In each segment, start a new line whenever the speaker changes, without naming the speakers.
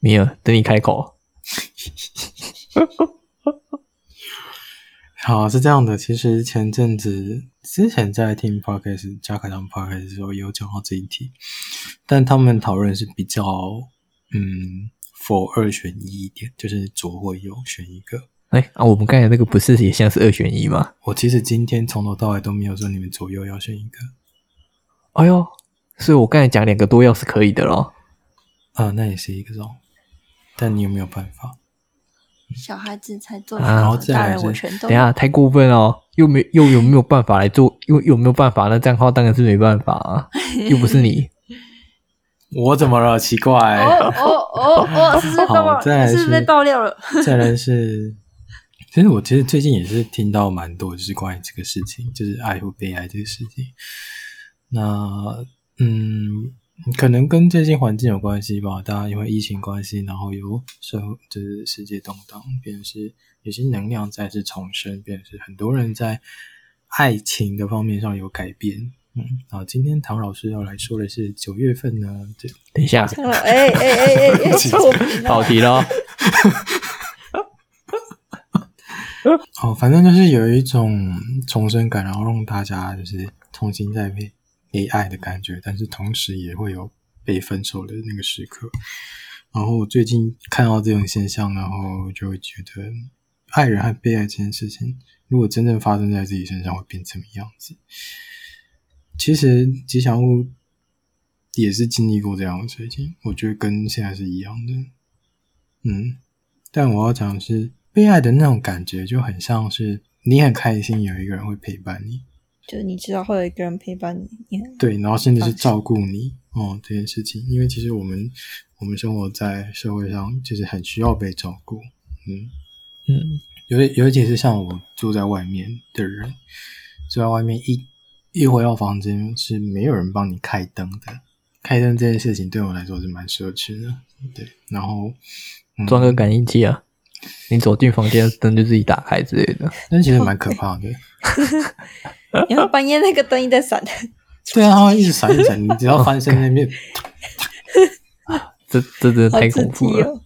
没有，等你开口。
好，是这样的。其实前阵子之前在听 podcast 加开堂 podcast 的时候，也有讲到这一题，但他们讨论是比较嗯否二选一一点，就是左或右选一个。
哎、啊，我们刚才那个不是也像是二选一吗？
我其实今天从头到尾都没有说你们左右要选一个
哎呦，所以我刚才讲两个都要是可以的咯。
啊、那也是一个种。但你有没有办法？
小孩子才做
啊然
选
后
择，
再
大
来
人我
是
全都
等一下太过分哦，又没又有没有办法来做？又又没有办法？那这样的话当然是没办法 啊，又不是你。
我怎么了？奇怪。
哦哦哦哦，是不是爆
好，再
了？
来
是不是被爆料了？。
再来 是，其实我其实最近也是听到蛮多，就是关于这个事情，就是爱或被爱这个事情。那嗯，可能跟最近环境有关系吧，大家因为疫情关系，然后有社会就是世界动荡，变成是有些能量再次重生，变成是很多人在爱情的方面上有改变。嗯，好，今天唐老师要来说的是九月份呢，这
等一 下，
哎哎哎 哎哎，错评
跑题了哦。
哦，反正就是有一种重生感，然后让大家就是重新再被被爱的感觉，但是同时也会有被分手的那个时刻。然后我最近看到这种现象，然后就会觉得，嗯爱人和被爱这件事情，如果真正发生在自己身上，会变成什么样子？其实吉祥物也是经历过这样的事情，我觉得跟现在是一样的。嗯，但我要讲的是，被爱的那种感觉就很像是你很开心，有一个人会陪伴你，
就是你知道会有一个人陪伴你，你很
对，然后甚至是照顾你哦这件事情，因为其实我们我们生活在社会上，就是很需要被照顾，嗯，
嗯，
尤尤其是像我住在外面的人，住在外面一一回到房间是没有人帮你开灯的，开灯这件事情对我来说是蛮奢侈的，对，然后、嗯、
装个感应器啊，你走进房间灯就自己打开之类的。
但其实蛮可怕的。啊
然后半夜那个灯一直在 闪，
对啊，它会一直闪一直 闪，你只要翻身那边，
哦
这这真的
好
太
刺
恐怖
激
了。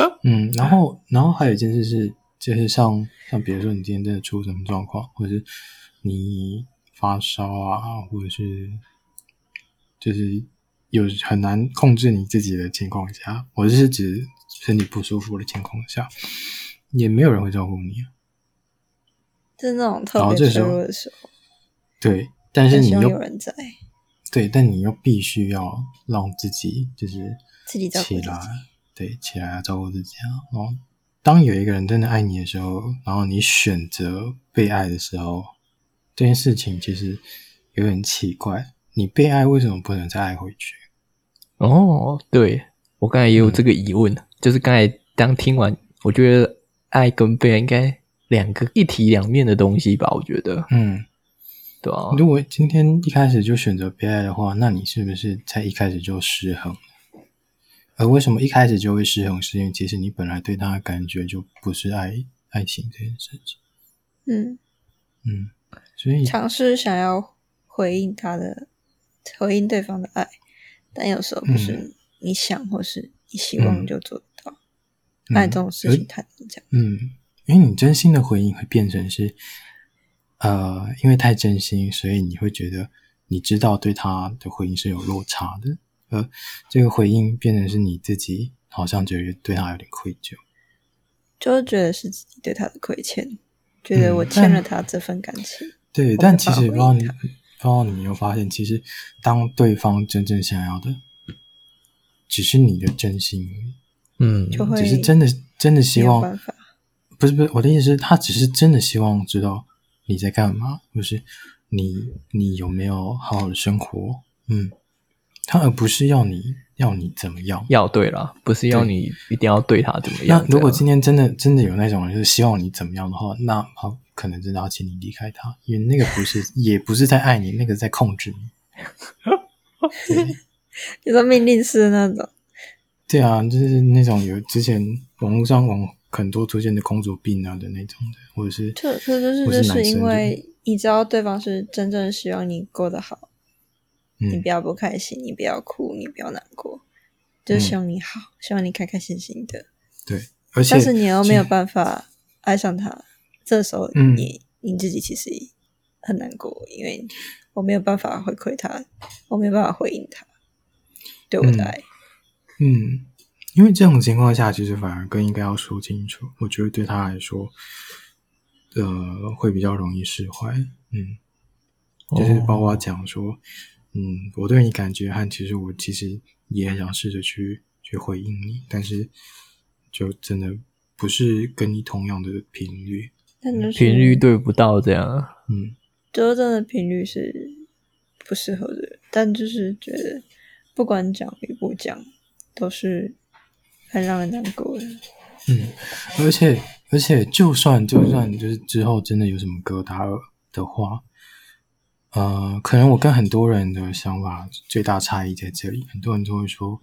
哦！
嗯，然后然后还有一件事是，就是像像比如说你今天真的出什么状况，或者是你发烧啊，或者是就是有很难控制你自己的情况下，我是指身体不舒服的情况下，也没有人会照顾你啊，
就是那种特
然后
别
这
脆
时
弱
候
的时候，
对，但是
很
你
希望
又
有人在
对，但你又必须要让自己就是
自己照顾
起
自己
来，对，起来要照顾自己啊。然后，当有一个人真的爱你的时候，然后你选择被爱的时候，这件事情其实有点奇怪。你被爱为什么不能再爱回去？
哦，对我刚才也
嗯
有这个疑问，就是刚才当听完，我觉得爱跟被爱应该两个一体两面的东西吧？我觉得，
嗯，
对啊，
如果今天一开始就选择被爱的话，那你是不是在一开始就失衡？而为什么一开始就会失衡？是因为其实你本来对他的感觉就不是爱爱情这件事情。
嗯，
嗯，所以
尝试想要回应他的，回应对方的爱，但有时候不是你想或是你希望
嗯
就做得到。爱这种事情
嗯
太难讲，
嗯，因为你真心的回应会变成是，呃，因为太真心，所以你会觉得你知道对他的回应是有落差的，而这个回应变成是你自己好像觉得对他有点愧疚。
就是觉得是自己对他的亏欠，觉得
嗯
我欠了
但
他这份感情。
对，
我
但
没
其
办法
实不
回
知道
应啊
你
他
不知道你有没有发现，其实当对方真正想要的，只是你的真心而已。
嗯，
就会
只是真的真的希望
没有办法，
不是不是我的意思是，他只是真的希望知道你在干嘛，或是你你有没有好好的生活，嗯，他而不是要你要你怎么样。
要对啦，不是要
对
你一定要对他怎么样
啊
那
这样。
如果今天真的真的有那种人，就是希望你怎么样的话，那好，可能真的要请你离开他，因为那个不 是也不是在爱你，那个在控制你。对
就是命令式的那种。
对啊，就是那种有之前网络上网很多出现的公主病啊的那种的，或者是
这这就是
或
就是
男
是
生
因
的
为你知道对方是真正希望你过得好，你
嗯
不要不开心，你不要哭，你不要难过，就
嗯
希望你好，希望你开开心心的。
对，而且
但是你又没有办法爱上他，这时候
嗯
你、你自己其实很难过，因为我没有办法回馈他，我没有办法回应他对我
嗯
的爱。
嗯，因为这种情况下，其实反而更应该要说清楚。我觉得对他来说，呃，会比较容易释怀。嗯，就是包括讲说，嗯，我对你感觉和其实我其实也很想试着去去回应你，但是就真的不是跟你同样的频率。
但就是
频率对不到这样啊，
嗯
就是真的频率是不适合的人，但就是觉得不管讲与不讲，都是很让人难过的。
嗯，而且而且，就算就算就是之后真的有什么疙瘩的话，呃，可能我跟很多人的想法最大差异在这里，很多人都会说，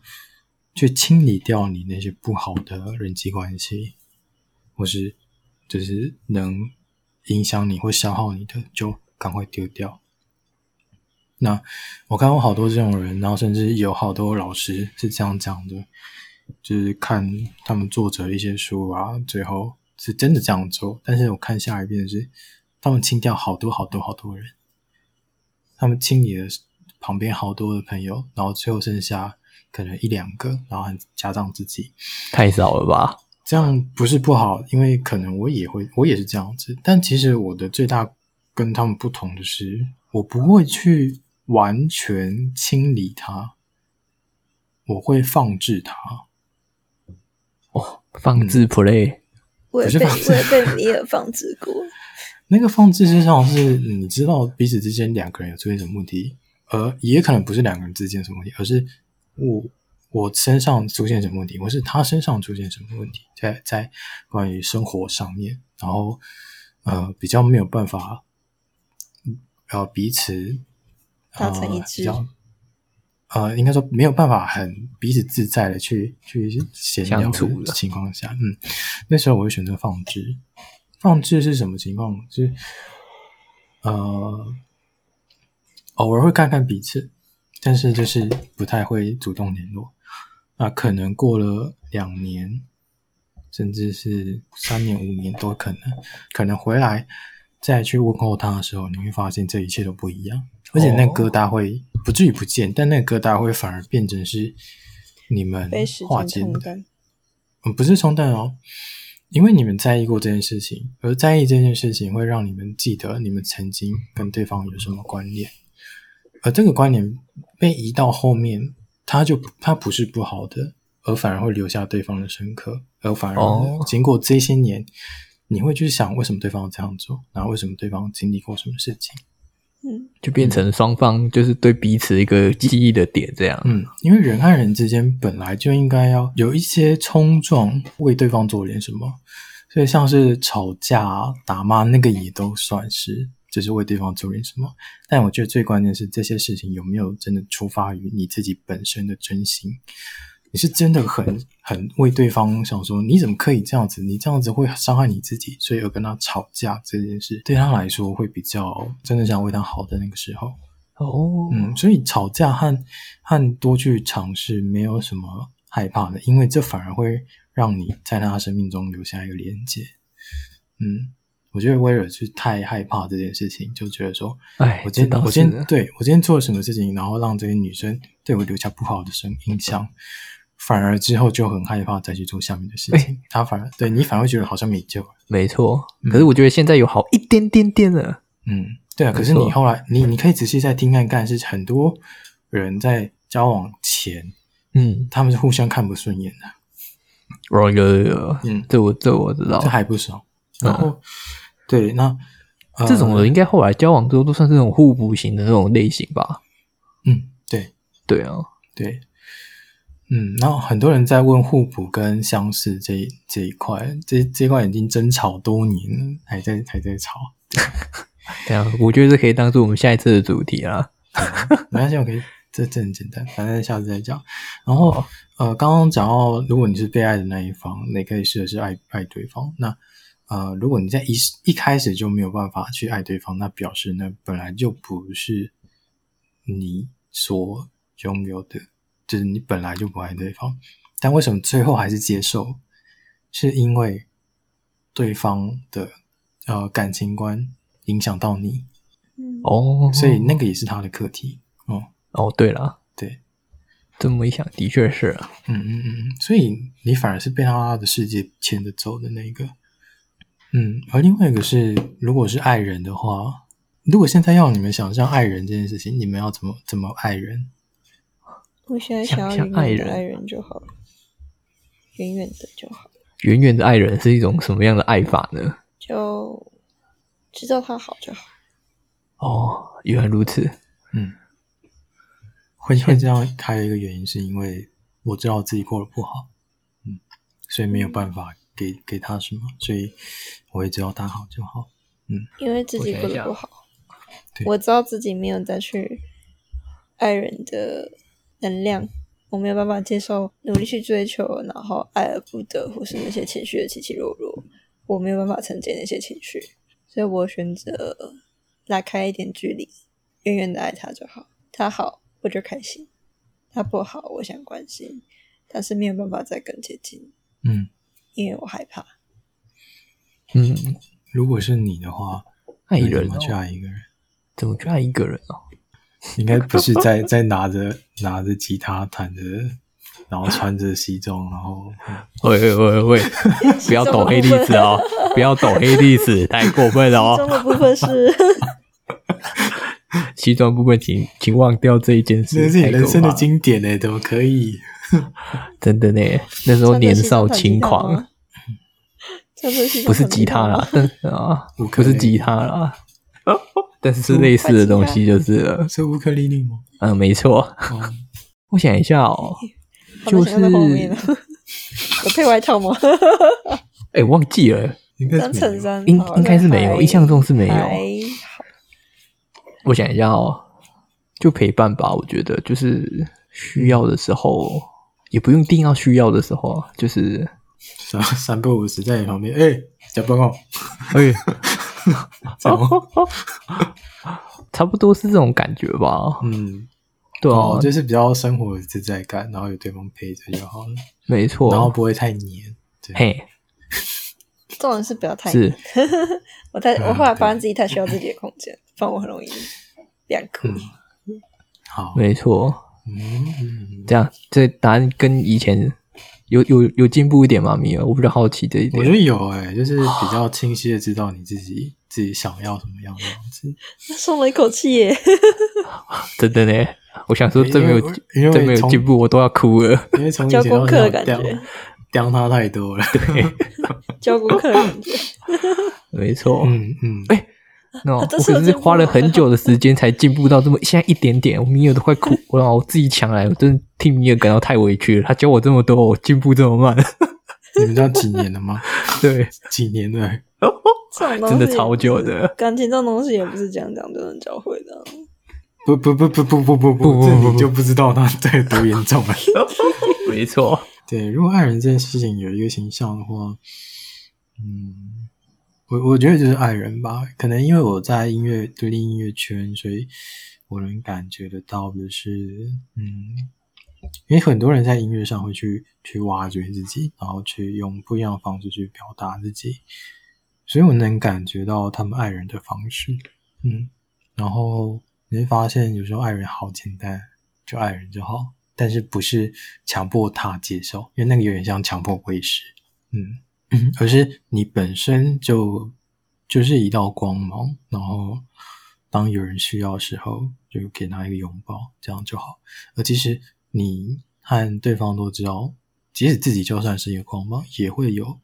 去清理掉你那些不好的人际关系，或是就是能影响你或消耗你的，就赶快丢掉。那我看过好多这种人，然后甚至有好多老师是这样讲的，就是看他们作者的一些书啊，最后是真的这样做。但是我看下一遍是，他们清掉好多好多好多人，他们清理了旁边好多的朋友，然后最后剩下可能一两个，然后还加上自己，
太少了吧？
这样不是不好，因为可能我也会，我也是这样子。但其实我的最大跟他们不同的是，我不会去完全清理它，我会放置它。
哦，放
嗯
置 play，
我也
不是
被
放置
我也被米尔放置过，
那个放置实际上是你知道彼此之间两个人有出现什么问题，而也可能不是两个人之间什么问题，而是我我身上出现什么问题，或是他身上出现什么问题，在在关于生活上面，然后呃比较没有办法，嗯呃彼此
达成一致
呃比较呃，应该说没有办法很彼此自在的去去闲聊
相处
的
了
情况下，嗯，那时候我会选择放置。放置是什么情况？就是呃，偶尔会看看彼此，但是就是不太会主动联络。那可能过了两年，甚至是三年、五年都可能，可能回来再去问候他的时候，你会发现这一切都不一样，而且那
哦
疙瘩会不至于不见，但那个疙瘩会反而变成是你们
被时
化
间
解
冲
的。
淡。
嗯，不是冲淡哦，因为你们在意过这件事情，而在意这件事情会让你们记得你们曾经跟对方有什么关联，而这个关联被移到后面，它就它不是不好的，而反而会留下对方的深刻，而反而
哦
经过这些年，你会去想为什么对方这样做，然后为什么对方经历过什么事情。
嗯，
就变成双方就是对彼此一个记忆的点这样。
嗯，因为人和人之间本来就应该要有一些冲撞，为对方做点什么，所以像是吵架啊、打骂那个也都算是，就是为对方做点什么。但我觉得最关键是这些事情有没有真的出发于你自己本身的真心，你是真的很很为对方想说，你怎么可以这样子？你这样子会伤害你自己，所以而跟他吵架这件事，对他来说会比较真的想为他好的那个时候。
哦，
嗯，所以吵架和和多去尝试没有什么害怕的，因为这反而会让你在他生命中留下一个连接。嗯，我觉得威尔是太害怕这件事情，就觉得说，
哎，
我今
这
天
倒
我今
是
天对我今天做了什么事情，然后让这些女生对我留下不好的深印象，反而之后就很害怕再去做下面的事
哎
情。他反而对你反而会觉得好像没救了。
没错
嗯。
可是我觉得现在有好一点点点了。
嗯，对啊。可是
没错
你后来，你你可以仔细再听看看，是很多人在交往前
嗯，
他们是互相看不顺眼的，
哦有有有，
嗯
这我这我知道
这。还不少。然后，对，那、呃
嗯这种人，应该后来交往之后都算是那种互补型的那种类型吧？
嗯，对
对啊，
对，嗯，然后很多人在问互补跟相似这一这一块，这这一块已经争吵多年了，还在还在吵。
对啊，我觉得这可以当做我们下一次的主题啦。
没关系，我可以，这这很简单，反正下次再讲。然后、呃，刚刚讲到，如果你是被爱的那一方，你可以试着是爱爱对方。那呃，如果你在一一开始就没有办法去爱对方，那表示呢本来就不是你所拥有的，就是你本来就不爱对方，但为什么最后还是接受？是因为对方的呃感情观影响到你，
嗯，
哦，
所以那个也是他的课题。哦，
哦，对了，
对，
这么一想，的确是啊。
嗯嗯嗯，嗯，所以你反而是被他的世界牵着走的那一个。嗯，而另外一个是，如果是爱人的话，如果现在要你们想象爱人这件事情，你们要怎么怎么爱人？
我现在
想
想要
像
远
爱
远的
人
爱人就好了，远远的就好，
远远的爱人是一种什么样的爱法呢？
就知道他好就好。
哦，原来如此。
嗯，会会这样，还有一个原因是因为我知道我自己过得不好，嗯，所以没有办法给给他什么，所以我也知道他好就好。
因为自己
我
过
想一下
得不好
对，
我知道自己没有再去爱人的能量，我没有办法接受努力去追求，然后爱而不得，或是那些情绪的起起落落，我没有办法承接那些情绪，所以我选择拉开一点距离，远远的爱他就好，他好我就开心，他不好我想关心，但是没有办法再更接近，
嗯，
因为我害怕。
嗯，
如果是你的话，
爱
你
人、
怎么去
哦、
爱一个人？
怎么去爱一个人哦？
应该不是在在拿着 拿着吉他弹着，然后穿着西装，然后
喂喂喂喂，不要抖黑历史哦，不要抖黑历史，太过分了
中
哦。
的部分是。
西装部分请请忘掉这一件事，
这是你
太可怕
人生的
了
经典呢，怎么可以？
真的呢。那时候
穿着
年
西
少
装弹吉
轻
他
狂
吗，，穿着西装
不是
弹
吉他
吗
啦， 但是啊，
乌克
不
丽
是吉他啦，但是是类似的东西就是了。
是乌克丽丽 吗？
嗯，没错。
哦，
我想一下哦，
好吧
就
想到后面了
是
有配外套吗？
哎，忘记了，
应该是
穿
没
衬
有
衫，
应
嗯好
应该是没有，印象中是没。
那还
有。
好
我想一下哦，就陪伴吧，我觉得就是需要的时候，也不用一定要需要的时候啊，就是
三三不五十在你旁边，哎，小报 告，
哎，
这样 吗
差不多是这种感觉吧。
嗯，
对啊
哦，，就是比较生活自在感，然后有对方陪着就好了，
没错。
然后不会太黏。对，
嘿，
重点是不要太
是，
我太我
嗯
后来发
对
现自己太需要自己的空间，不然我很容易两哭。
嗯好，
没错。
嗯嗯，
这样，这答案跟以前有有有进步一点吗？米儿，我比较好奇这一
我觉
点。
得有哎、就是比较清晰的知道你自己自己想要什么样的样子。
松了一口气耶，
真的呢，我想说这没有
因为
这没有进步，我都要哭了。
因为从以
交
前
功
到
课的
现
感
在
觉
刁，刁他太多了。
教功课的 感觉。
没错，
嗯嗯，
哎那我
啊这是有
可
进
是
步吗
花了很久的时间才进步到这么现在一点点，我米尔都快哭了，我自己抢来，我真的替米尔感到太委屈了。他教我这么多，我进步这么慢，
你们知道几年了吗？
对，
几年了？
这种东
真
西
的超久的。
感情这种东西也不是讲讲就能教会的啊。
不不不不不不不
不
不，这
不不
你就不知道他这多严重了。
没错，
对，如果爱人这件事情有一个形象的话，嗯，我我觉得就是爱人吧。可能因为我在音乐独立音乐圈，所以我能感觉得到的是，嗯，因为很多人在音乐上会去去挖掘自己，然后去用不一样的方式去表达自己，所以我能感觉到他们爱人的方式，嗯，然后你会发现有时候爱人好简单，就爱人就好，但是不是强迫他接受，因为那个有点像强迫喂食，嗯，嗯而是你本身就就是一道光芒，然后当有人需要的时候，就给他一个拥抱，这样就好。而其实你和对方都知道，即使自己就算是一个光芒，也会有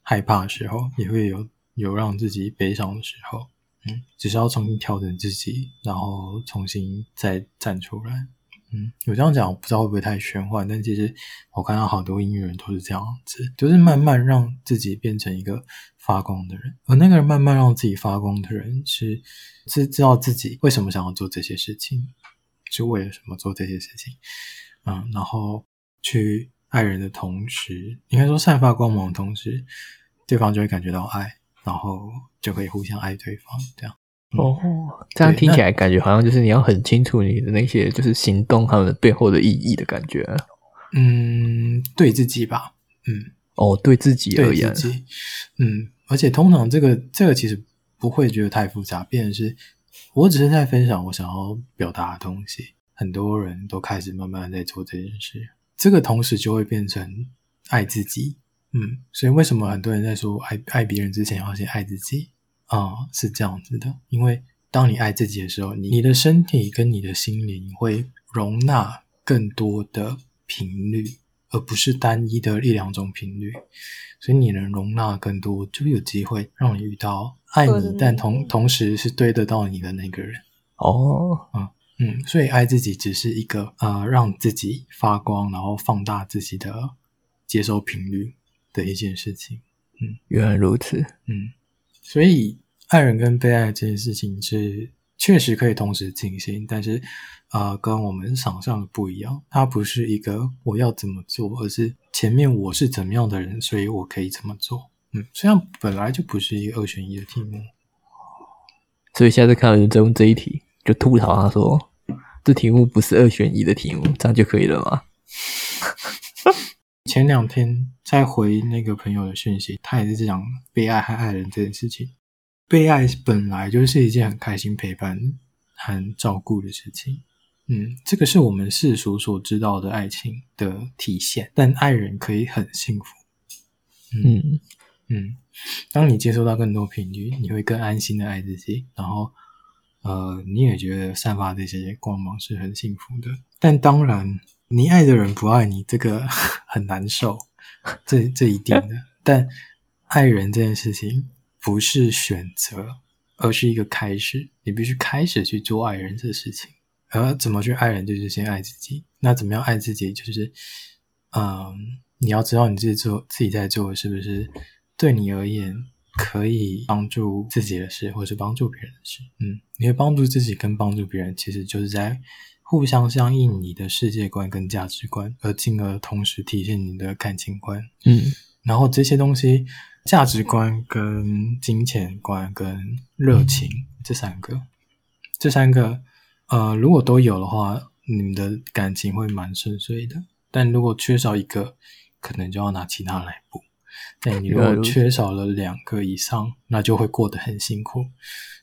害怕的时候，也会有有让自己悲伤的时候。嗯，只是要重新调整自己，然后重新再站出来。嗯，我这样讲我不知道会不会太玄幻，但其实我看到好多音乐人都是这样子，就是慢慢让自己变成一个发光的人。而那个人慢慢让自己发光的人是是知道自己为什么想要做这些事情，是为了什么做这些事情。嗯，然后去爱人的同时，应该说散发光芒的同时，对方就会感觉到爱，然后就可以互相爱对方，这样。嗯
哦，这样听起来感觉好像就是你要很清楚你的那些就是行动他们背后的意义的感觉啊、
嗯，对自己吧，嗯，
哦，对自己而
对
言
自，己，嗯，而且通常这个这个其实不会觉得太复杂，变成是我只是在分享我想要表达的东西，很多人都开始慢慢地在做这件事，这个同时就会变成爱自己，嗯，所以为什么很多人在说爱爱别人之前要先爱自己啊、是这样子的，因为当你爱自己的时候，你你的身体跟你的心灵会容纳更多的频率，而不是单一的一两种频率，所以你能容纳更多，就有机会让你遇到爱
或者
你
那，
但
个
同同时是对得到你的那个人。
哦，
嗯，所以爱自己只是一个呃，让自己发光，然后放大自己的接收频率的一件事情。
原来如此，
嗯，所以爱人跟被爱这件事情是确实可以同时进行，但是呃，跟我们想象的不一样，它不是一个我要怎么做，而是前面我是怎么样的人，所以我可以怎么做。嗯，虽然本来就不是一个二选一的题目。
所以下次看到人在问这一题，就吐槽他说这题目不是二选一的题目，这样就可以了吗？
前两天在回那个朋友的讯息，他也是在讲被爱和爱人这件事情。被爱本来就是一件很开心、陪伴和照顾的事情。嗯，这个是我们世俗所知道的爱情的体现，但爱人可以很幸福。
嗯，
嗯，当你接收到更多频率，你会更安心的爱自己，然后呃，你也觉得散发这些光芒是很幸福的。但当然，你爱的人不爱你，这个 很难受， 这这一定的。但爱人这件事情不是选择，而是一个开始，你必须开始去做爱人这事情。而怎么去爱人，就是先爱自己。那怎么样爱自己，就是，嗯，你要知道你自己做自己在做的是不是对你而言可以帮助自己的事，或是帮助别人的事。嗯，你会帮助自己跟帮助别人，其实就是在互相相应你的世界观跟价值观，而进而同时体现你的感情观。
嗯，
然后这些东西，价值观、跟金钱观、跟热情这三个，这三个，呃，如果都有的话，你们的感情会蛮顺遂的。但如果缺少一个，可能就要拿其他来补。但你如
原来
果
如此
缺少了两个以上，那就会过得很辛苦。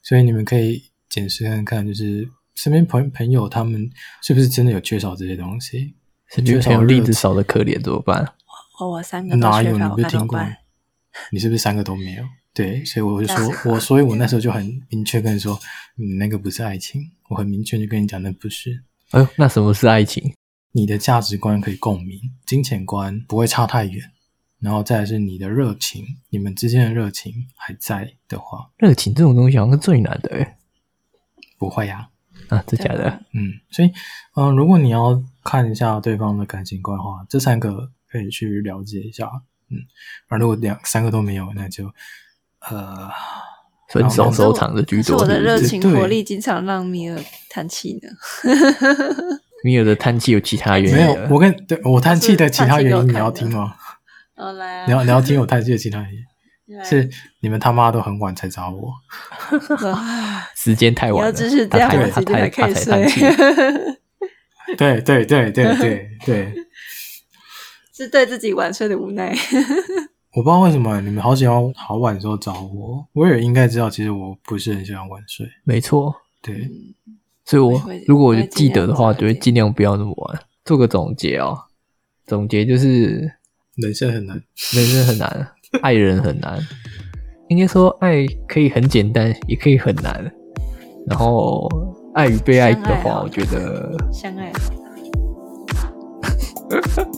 所以你们可以检视看看，就是身边朋朋友他们是不是真的有缺少这些东西？
身边朋友例子少的可怜怎么办？
哦，我三个都
哪
缺
有？你
乏，
不
那
是
怎
听
么
过
办？？
你是不是三个都没有？对，所以我就
那
说，我所以，我那时候就很明确跟你说，你那个不是爱情，我很明确就跟你讲，那不是
哎呦，那什么是爱情？
你的价值观可以共鸣，金钱观不会差太远，然后再来是你的热情，你们之间的热情还在的话，
热情这种东西好像是最难的哎、
不会呀、
啊，真假的？
嗯，所以，嗯、如果你要看一下对方的感情观的话，这三个可以去了解一下。嗯，而如果两三个都没有，那就呃，
分手
好
收场的居
啊可是
多
我的
是不
热
是，
情
对
活力经常让米尔叹气呢。
米尔的叹气有其他原因
没有
的，
我跟对我叹气的其他原因你要听吗？
哦，来
你
啊
要你要听我叹气的其他原因
你来啊，
是你们他妈都很晚才找我，
时间太晚
你
了，
要支持
他
这样，
太
我
他
今天
太
还可
他
以
才
睡
叹。气。
对对对对对对，
是对自己晚睡的无奈。
我不知道为什么你们好喜欢好晚的时候找我，我也应该知道，其实我不是很喜欢晚睡，
没错，
对，
所以我
我会
如果
我
我
会
就
尽
记得
量
的话，
早一
就会
点
尽量不要那么晚。做个总结哦，总结就是
人生很难，
人生很难，爱人很难。应该说，爱可以很简单，也可以很难。然后，爱与被爱的
相爱啊
话，
好
我觉得
相 爱好，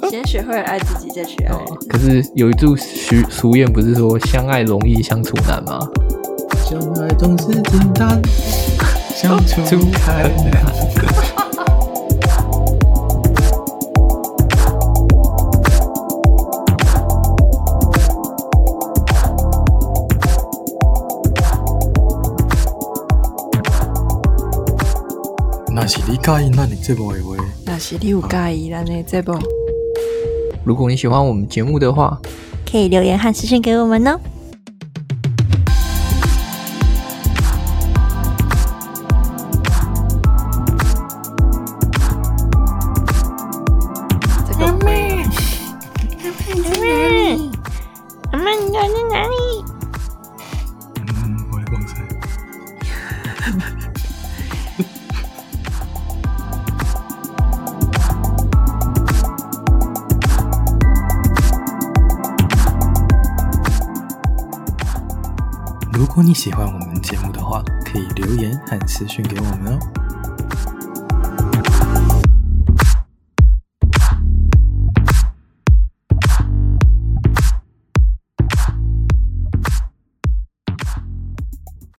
先学会爱自己，再去爱
啊、
人。
可是有一句俗俗谚不是说“相爱容易相处难”吗？
相爱总是简单，相处太难。那是你介意咱的节目的话，
那是你有介意咱的节目，
如果你喜欢我们节目的话，
可以留言和私信给我们哦。
如果你喜欢我们节目的话，可以留言和私讯给我们哦。